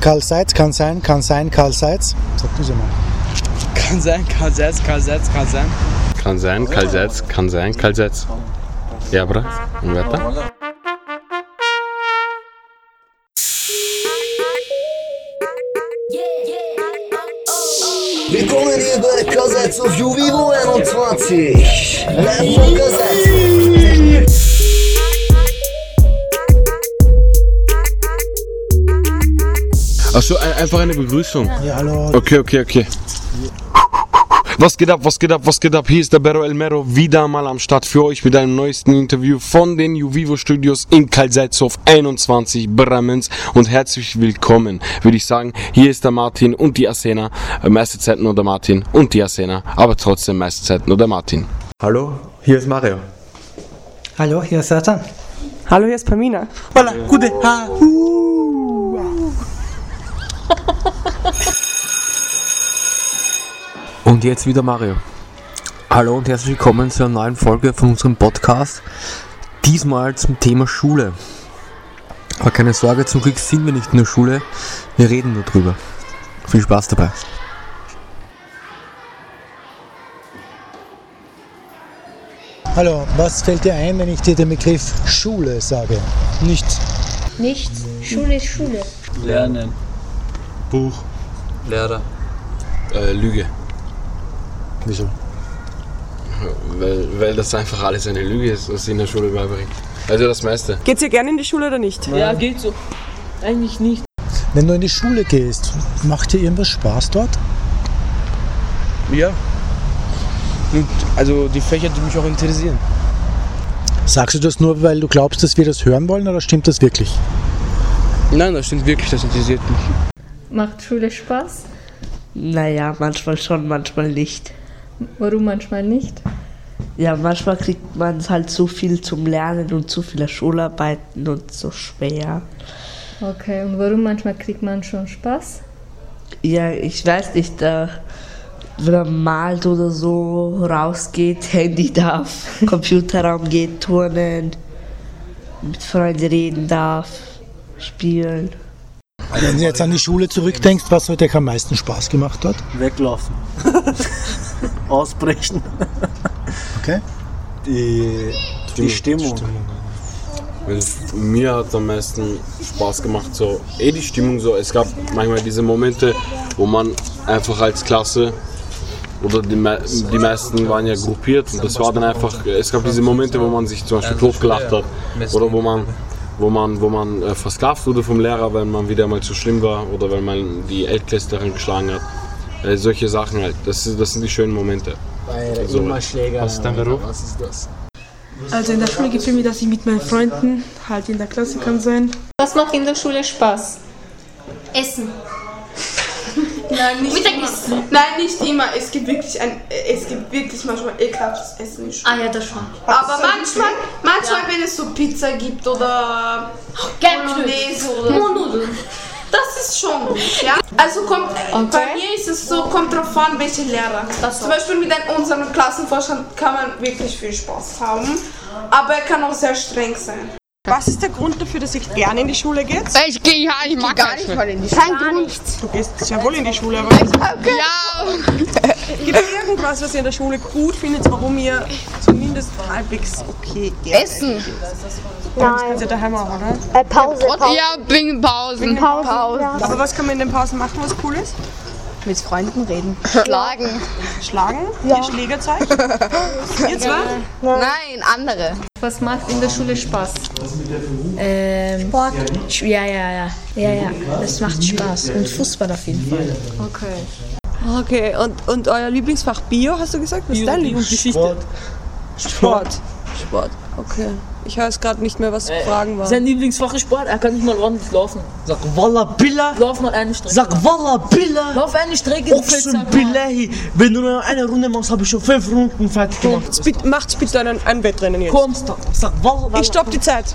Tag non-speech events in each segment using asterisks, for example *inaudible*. Karl Seitz kann sein, kann sein, Karl Seitz. Sag du sie mal. Kann sein, kann sein, kann sein, kann sein. Kann sein, Karl Seitz, kann sein, Karl Seitz. Ja, bra. Und weiter? Willkommen hier bei Kassetz auf Juvivo 21. Live von Kassetz. Achso, ein, einfach eine Begrüßung. Ja, hallo. Okay, okay, okay. Was geht ab, was geht ab, was geht ab? Hier ist der Bero El Mero wieder mal am Start für euch mit einem neuesten Interview von den Juvivo Studios in Kalseitshof 21 Bremenz und herzlich willkommen, würde ich sagen. Hier ist der Martin und die Asena. Äh, Meiste Zeit nur der Martin und die Asena, aber trotzdem meiste Zeit nur der Martin. Hallo, hier ist Mario. Hallo, hier ist Satan. Hallo, hier ist Pamina. Hola, gute ha. Und jetzt wieder Mario. Hallo und herzlich willkommen zu einer neuen Folge von unserem Podcast. Diesmal zum Thema Schule. Aber keine Sorge, zum Glück sind wir nicht in der Schule. Wir reden nur drüber. Viel Spaß dabei. Hallo, was fällt dir ein, wenn ich dir den Begriff Schule sage? Nichts. Nichts. Schule ist Schule. Lernen. Buch, Lehrer. äh, Lüge. Wieso? Weil, weil das einfach alles eine Lüge ist, was sie in der Schule beibringt. Also das meiste. *laughs* Geht's ihr gerne in die Schule oder nicht? Ja, geht so. Eigentlich nicht. Wenn du in die Schule gehst, macht dir irgendwas Spaß dort? Ja. Und also die Fächer, die mich auch interessieren. Sagst du das nur, weil du glaubst, dass wir das hören wollen oder stimmt das wirklich? Nein, das stimmt wirklich, das interessiert mich. Macht Schule Spaß? Naja, manchmal schon, manchmal nicht. Warum manchmal nicht? Ja, manchmal kriegt man halt zu viel zum Lernen und zu viele Schularbeiten und so schwer. Okay, und warum manchmal kriegt man schon Spaß? Ja, ich weiß nicht, äh, wenn man malt oder so, rausgeht, *laughs* Handy *laughs* darf, Computerraum geht, turnen, mit Freunden reden darf, spielen. Wenn du jetzt an die Schule zurückdenkst, was hat dir am meisten Spaß gemacht dort? *laughs* Weglaufen. Ausbrechen. Okay. Die, die Stimmung. Weil mir hat am meisten Spaß gemacht, so eh die Stimmung so. Es gab manchmal diese Momente, wo man einfach als Klasse oder die, mei- die meisten waren ja gruppiert und das war dann einfach, es gab diese Momente, wo man sich zum Beispiel totgelacht hat oder wo man, wo man, wo man äh, versklavt wurde vom Lehrer, weil man wieder mal zu schlimm war oder weil man die Eltklässlerin geschlagen hat. Äh, solche Sachen halt, das, ist, das sind die schönen Momente. So, was ist dein Beruf? Also in der Schule gefällt mir, dass ich mit meinen Freunden halt in der Klasse kann sein. Was macht in der Schule Spaß? Essen. *laughs* Nein, nicht Mittagessen. Immer. Nein, nicht immer. Es gibt wirklich ein, es gibt wirklich manchmal ekelhaftes Essen in Schule. Ah ja, das schon. Aber manchmal, manchmal wenn es so Pizza gibt oder Bolognese oder Nudeln. Das ist schon gut, ja. Also kommt, bei mir ist es so, kommt drauf an, welche Lehrer. Zum Beispiel mit einem- unserem Klassenvorstand kann man wirklich viel Spaß haben, aber er kann auch sehr streng sein. Was ist der Grund dafür, dass ihr gerne in die Schule geht? Ich gehe ja, ich mag gar nicht mal in die Kein Grund. Du gehst sehr wohl in die Schule, aber gibt Ja. es irgendwas, was ihr in der Schule gut findet, warum ihr zumindest halbwegs okay geht? Essen. Das könnt ihr daheim auch, oder? Äh, Ja, wegen Pausen. Pausen. Aber was kann man in den Pausen machen, was cool ist? Schlagen. Schlagen? Ihr Schlägerzeug? ihr zwei? Nein, andere. Was macht in der Schule Spaß? Ähm, Sport. Ja, ja, ja. Ja, ja. Das macht Spaß. Und Fußball auf jeden Fall. Okay. Okay, und, und euer Lieblingsfach Bio, hast du gesagt? Was ist dein Lieblingsgeschichte? Sport. Sport. Sport. Okay. Ich weiß gerade nicht mehr, was zu fragen war. Äh, Sein Lieblingsfach ist Sport, er kann nicht mal ordentlich laufen. Sag Walla Billa. Lauf mal eine Strecke. Sag Walla Billa. Lauf eine Strecke. Ochsen Billahi. Wenn du nur eine Runde machst, habe ich schon fünf Runden fertig gemacht. Bitte- Macht's bitte einen, ein Wettrennen jetzt. Kommst du? Sag Walla. Ich stopp die Zeit.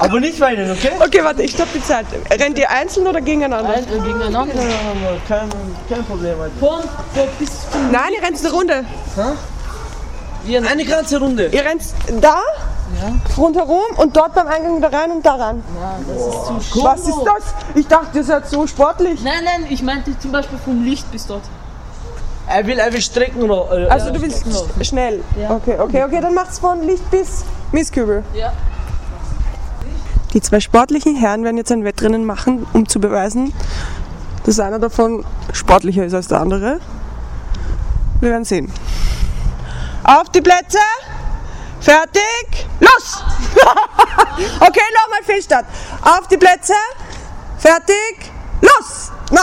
Aber nicht weinen, okay? Okay, warte, ich stopp die Zeit. Rennt ihr einzeln oder gegeneinander? Gegeneinander. Kein, kein Problem. Alter. Nein, ihr rennt eine Runde. Eine ganze Runde. Ihr rennt da Rundherum und dort beim Eingang wieder rein und daran. das ist zu Was ist das? Ich dachte, ihr seid so sportlich. Nein, nein, ich meinte zum Beispiel vom Licht bis dort. Er will einfach strecken oder. äh, Also ja, du willst strecken laufen. sch- schnell. Okay, okay, okay, dann macht's von Licht bis Misskübel. Ja. Die zwei sportlichen Herren werden jetzt ein Wettrennen machen, um zu beweisen, dass einer davon sportlicher ist als der andere. Wir werden sehen. Auf die Plätze! Fertig! Los! *laughs* okay, nochmal Fehlstart. Auf die Plätze! Fertig! Los! Mann!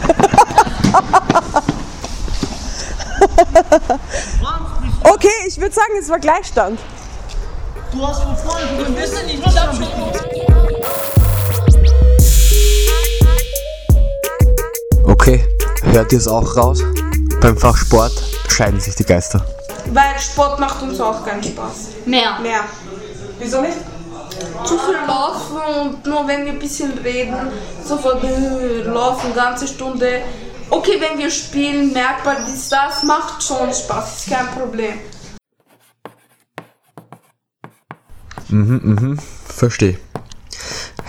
*laughs* Okay, ich würde sagen, es war Gleichstand. Du hast von vorne, du bist nicht, was Okay, hört ihr es auch raus? Beim Fach Sport scheiden sich die Geister. Weil Sport macht uns auch keinen Spaß. Mehr. Mehr. Wieso nicht? Zu viel laufen und nur wenn wir ein bisschen reden, sofort äh, laufen, ganze Stunde. Okay, wenn wir spielen, merkt man, dies, das macht schon Spaß, ist kein Problem. Mhm, mhm, verstehe.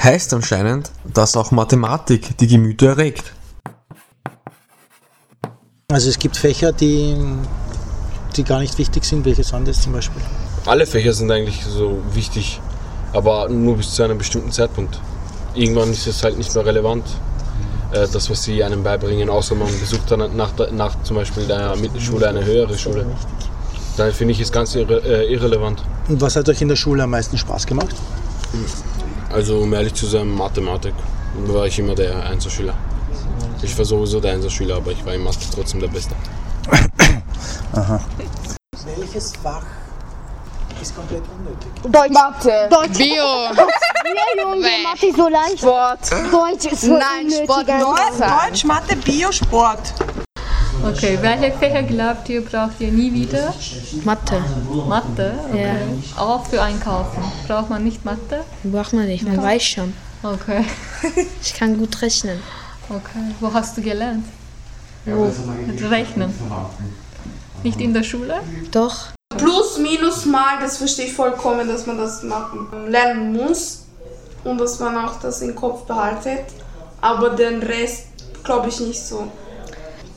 Heißt anscheinend, dass auch Mathematik die Gemüter erregt. Also es gibt Fächer, die, die gar nicht wichtig sind, welches anderes zum Beispiel. Alle Fächer sind eigentlich so wichtig, aber nur bis zu einem bestimmten Zeitpunkt. Irgendwann ist es halt nicht mehr relevant, äh, das, was sie einem beibringen, außer man besucht dann nach, der- nach zum Beispiel der Mittelschule eine höhere Schule. Dann finde ich es ganz irre, äh, irrelevant. Und was hat euch in der Schule am meisten Spaß gemacht? Also um ehrlich zu sein, Mathematik. Da war ich immer der Einzelschüler. Ich war sowieso der Einzelschüler, aber ich war in Mathe trotzdem der Beste. Aha. Welches Fach ist komplett unnötig? Deutsch. Mathe. Deutsch. *laughs* Bio. Nee, Junge, Mathe ist so leicht. Sport. Deutsch ist so Nein, Sport. unnötiger Deutsch. Deutsch, Mathe, Bio, Sport. Okay, welche Fächer glaubt ihr, braucht ihr nie wieder? Mathe. Mathe, okay. Auch für Einkaufen. Braucht man nicht Mathe? Braucht man nicht, man Ja. weiß schon. Okay. *laughs* Ich kann gut rechnen. Okay. Wo hast du gelernt? Wo? Rechnen. Nicht in der Schule? Doch. Plus, minus, mal, das verstehe ich vollkommen, dass man das machen, lernen muss und dass man auch das im Kopf behaltet. Aber den Rest glaube ich nicht so.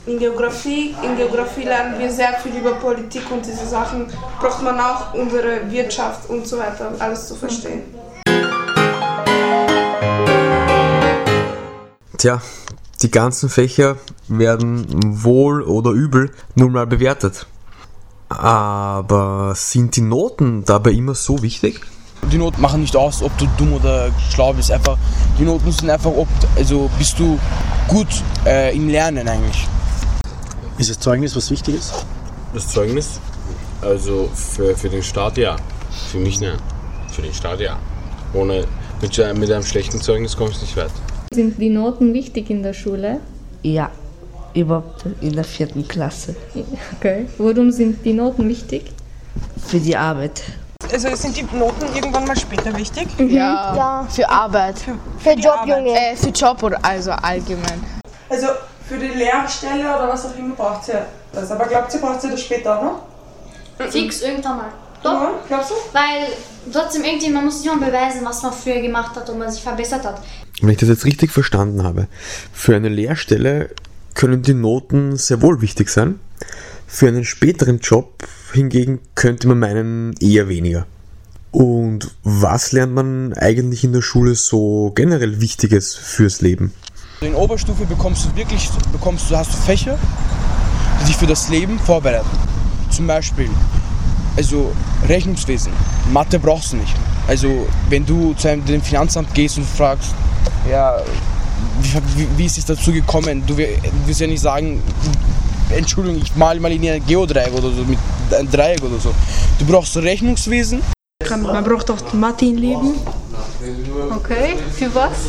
In Geografie, in Geografie lernen wir sehr viel über Politik und diese Sachen. Braucht man auch unsere Wirtschaft und so weiter, alles zu verstehen. Tja, die ganzen Fächer werden wohl oder übel nun mal bewertet. Aber sind die Noten dabei immer so wichtig? Die Noten machen nicht aus, ob du dumm oder schlau bist. Einfach, die Noten sind einfach, ob, also bist du gut äh, im Lernen eigentlich. Ist das Zeugnis was Wichtiges? Das Zeugnis? Also für, für den Staat ja. Für mich nein. Für den Staat ja. Ohne, mit, so einem- mit einem schlechten Zeugnis kommst du nicht weit. Sind die Noten wichtig in der Schule? Ja, überhaupt in der vierten Klasse. Okay. Warum sind die Noten wichtig? Für die Arbeit. Also sind die Noten irgendwann mal später wichtig? Mhm. Ja. Für Arbeit. Für, die Job, Arbeit. Junge. Äh, für Job oder also allgemein. Also für die Lehrstelle oder was auch immer braucht ihr das. Aber glaubt ihr, braucht ihr das später auch noch? Fix irgendwann mal. Doch. Ja, glaubst du? Weil trotzdem irgendwie, man muss sich mal beweisen, was man früher gemacht hat und man sich verbessert hat. Wenn ich das jetzt richtig verstanden habe, für eine Lehrstelle können die Noten sehr wohl wichtig sein. Für einen späteren Job hingegen könnte man meinen eher weniger. Und was lernt man eigentlich in der Schule so generell Wichtiges fürs Leben? In Oberstufe bekommst du wirklich, bekommst du, hast du Fächer, die dich für das Leben vorbereiten. Zum Beispiel, also Rechnungswesen, Mathe brauchst du nicht. Also wenn du zu einem dem Finanzamt gehst und fragst, ja, wie, wie, wie ist es dazu gekommen, du wi- wirst ja nicht sagen, Entschuldigung, ich male mal in ein Geodreieck oder so, mit ein Dreieck oder so. Du brauchst Rechnungswesen. Man braucht auch Mathe im Leben. Okay. Für was?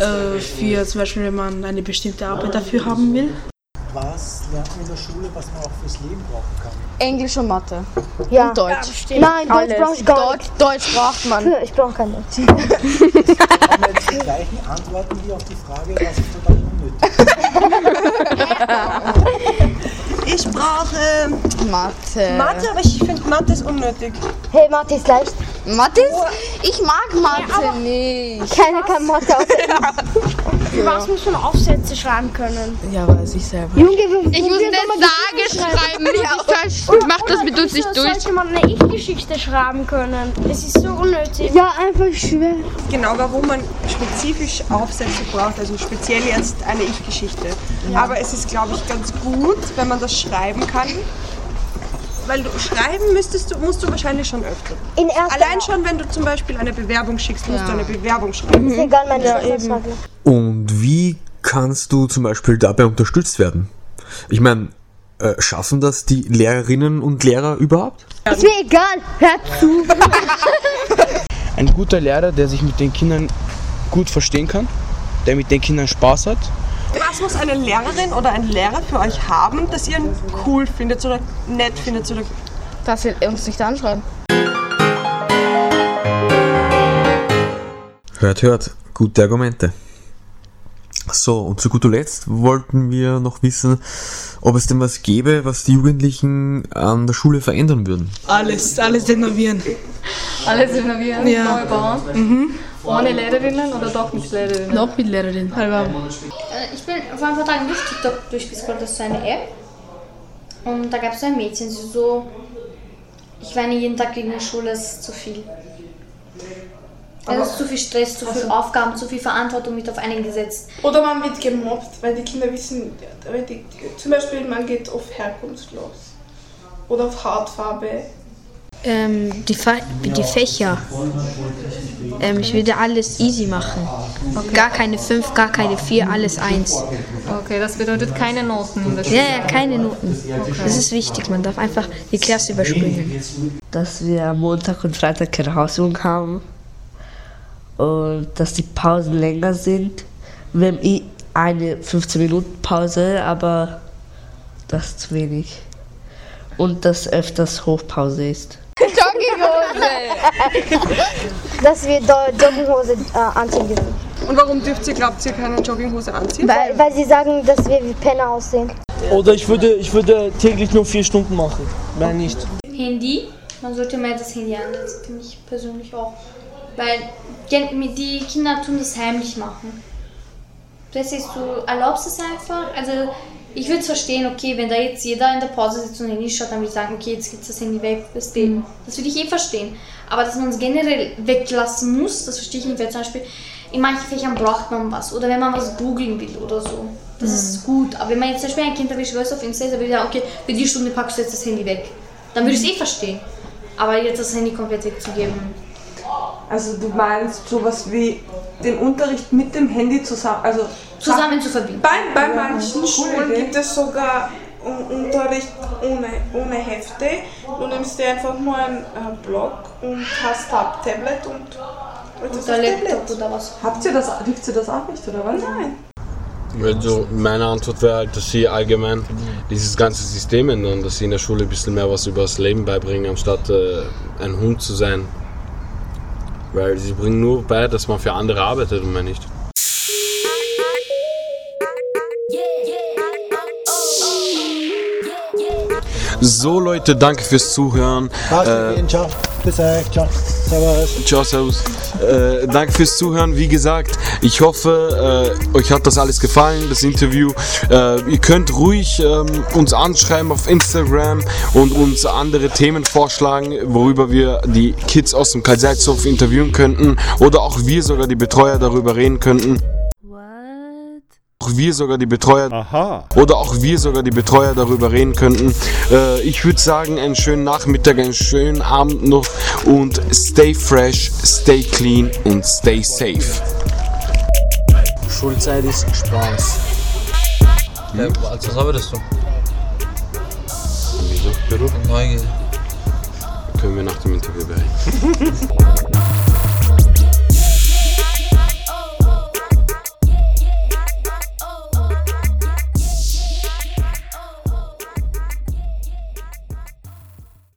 Äh, für zum Beispiel, wenn man eine bestimmte Arbeit dafür haben will. Was lernt man in der Schule, was man auch fürs Leben brauchen kann? Englisch und Mathe. Ja. Und Deutsch. Ja, Nein, Deutsch Alles. brauch ich gar Deutsch, Deutsch braucht man. *laughs* Ich brauche kein Deutsch. Haben jetzt die gleichen Antworten wie auf die Frage, was ist total unnötig? Ich brauche Mathe. Mathe, aber ich finde Mathe ist unnötig. Hey, Mathe ist leicht. Mathe ist, ich mag Mathe nicht. Keiner kann Mathe auf. Ja. Was muss man Aufsätze schreiben können? Ja, weiß ich selber. Junge, wir Ich muss eine Sage schreiben. Ich mach das mit uns nicht durch. Sollte man eine Ich-Geschichte schreiben können? Es ist so unnötig. Ja, einfach schwer. Genau, warum man spezifisch Aufsätze braucht, also speziell jetzt eine Ich-Geschichte. Ja. Aber es ist, glaube ich, ganz gut, wenn man das schreiben kann. Weil du schreiben müsstest du, musst du wahrscheinlich schon öfter. Allein schon, wenn du zum Beispiel eine Bewerbung schickst, musst du eine Bewerbung schreiben. Ist egal, meine ja, Schwester eben. Und wie kannst du zum Beispiel dabei unterstützt werden? Ich meine, äh, schaffen das die Lehrerinnen und Lehrer überhaupt? Ist mir egal, hör zu. Ein guter Lehrer, der sich mit den Kindern gut verstehen kann, der mit den Kindern Spaß hat. Was muss eine Lehrerin oder ein Lehrer für euch haben, dass ihr ihn cool findet oder nett findet oder Dass sie uns nicht anschreiben. Hört, hört, gute Argumente. So, und zu guter Letzt wollten wir noch wissen, ob es denn was gäbe, was die Jugendlichen an der Schule verändern würden. Alles, alles renovieren. Alles renovieren, Ja. neu bauen. Mhm. Ohne Lehrerinnen oder doch mit Lehrerinnen? Noch mit Lehrerin. Halber. Äh, Ich bin vor ein paar Tagen durch TikTok durchgescrollt, das ist so eine App. Und da gab es so ein Mädchen, sie so, ich weine jeden Tag gegen die Schule, es ist zu viel. Aber- Es ist zu viel Stress, also zu viel Aufgaben, zu viel Verantwortung mit auf einen gesetzt. Oder man wird gemobbt, weil die Kinder wissen, weil die, zum Beispiel man geht auf Herkunft los. Oder auf Hautfarbe. Ähm, die, Fa die Fächer. Ähm, ich würde alles easy machen. Gar keine 5, gar keine 4, alles 1. Okay, das bedeutet keine Noten in der Ja, Schule. ja, keine Noten. Das ist wichtig, man darf einfach die Klasse überspringen. dass wir am Montag und Freitag keine Hausübung haben und dass die Pausen länger sind. Wir haben eh eine 15-Minuten-Pause, aber das ist zu wenig. Und dass öfters Hochpause ist. Jogginghose. Dass wir da Jogginghose äh, anziehen dürfen. Und warum dürft ihr, glaubt ihr, keine Jogginghose anziehen? Weil, weil sie sagen, dass wir wie Penner aussehen. Oder ich würde, ich würde täglich nur vier Stunden machen. Mehr nicht. Handy, man sollte mehr das Handy ansetzen, finde ich persönlich auch. Weil die, die Kinder tun das heimlich machen. Das ist, du erlaubst es einfach. Also ich würde es verstehen, okay, wenn da jetzt jeder in der Pause sitzt und Handy schaut, dann würde ich sagen, okay, jetzt gibt's das Handy weg, das mhm. Das würde ich eh verstehen. Aber dass man es generell weglassen muss, das verstehe ich nicht, weil zum Beispiel in manchen Fächern braucht man was. Oder wenn man was googeln will oder so. Das ist gut. Aber wenn man jetzt zum Beispiel ein Kind erwischt, was auf Insta ist, dann würde ich sagen, okay, für die Stunde packst du jetzt das Handy weg. Dann würde ich es eh verstehen. Aber jetzt das Handy komplett wegzugeben. Also du meinst sowas wie den Unterricht mit dem Handy zusammen, also zusammen zu verbinden. Beim, Bei manchen Schulen gibt es sogar Un- Unterricht ohne, ohne Hefte. Du nimmst dir einfach nur einen äh, Block und hast Tab Tablet und, und das Oder ist Laptop oder was. Habt ihr das, dürft ihr das auch nicht, oder was? Nein. Also meine Antwort wäre halt, dass sie allgemein dieses ganze System ändern, dass sie in der Schule ein bisschen mehr was über das Leben beibringen, anstatt äh, ein Hund zu sein. Weil sie bringen nur bei, dass man für andere arbeitet und mehr nicht. So Leute, danke fürs Zuhören. Äh, Passt, ciao. Bis euch, ciao. Servus. Ciao, servus. Äh, danke fürs Zuhören. Wie gesagt, ich hoffe, äh, euch hat das alles gefallen, das Interview. Äh, ihr könnt ruhig ähm, uns anschreiben auf Instagram und uns andere Themen vorschlagen, worüber wir die Kids aus dem Kalseitshof interviewen könnten oder auch wir sogar die Betreuer darüber reden könnten. Auch wir sogar die Betreuer. Oder auch wir sogar die Betreuer darüber reden könnten. Äh, ich würde sagen, einen schönen Nachmittag, einen schönen Abend noch und stay fresh, stay clean und stay safe. Schulzeit ist Spaß. Ja, als was arbeitest du? *laughs* Wieso, Büro? Neugier. Können wir nach dem Interview bereden.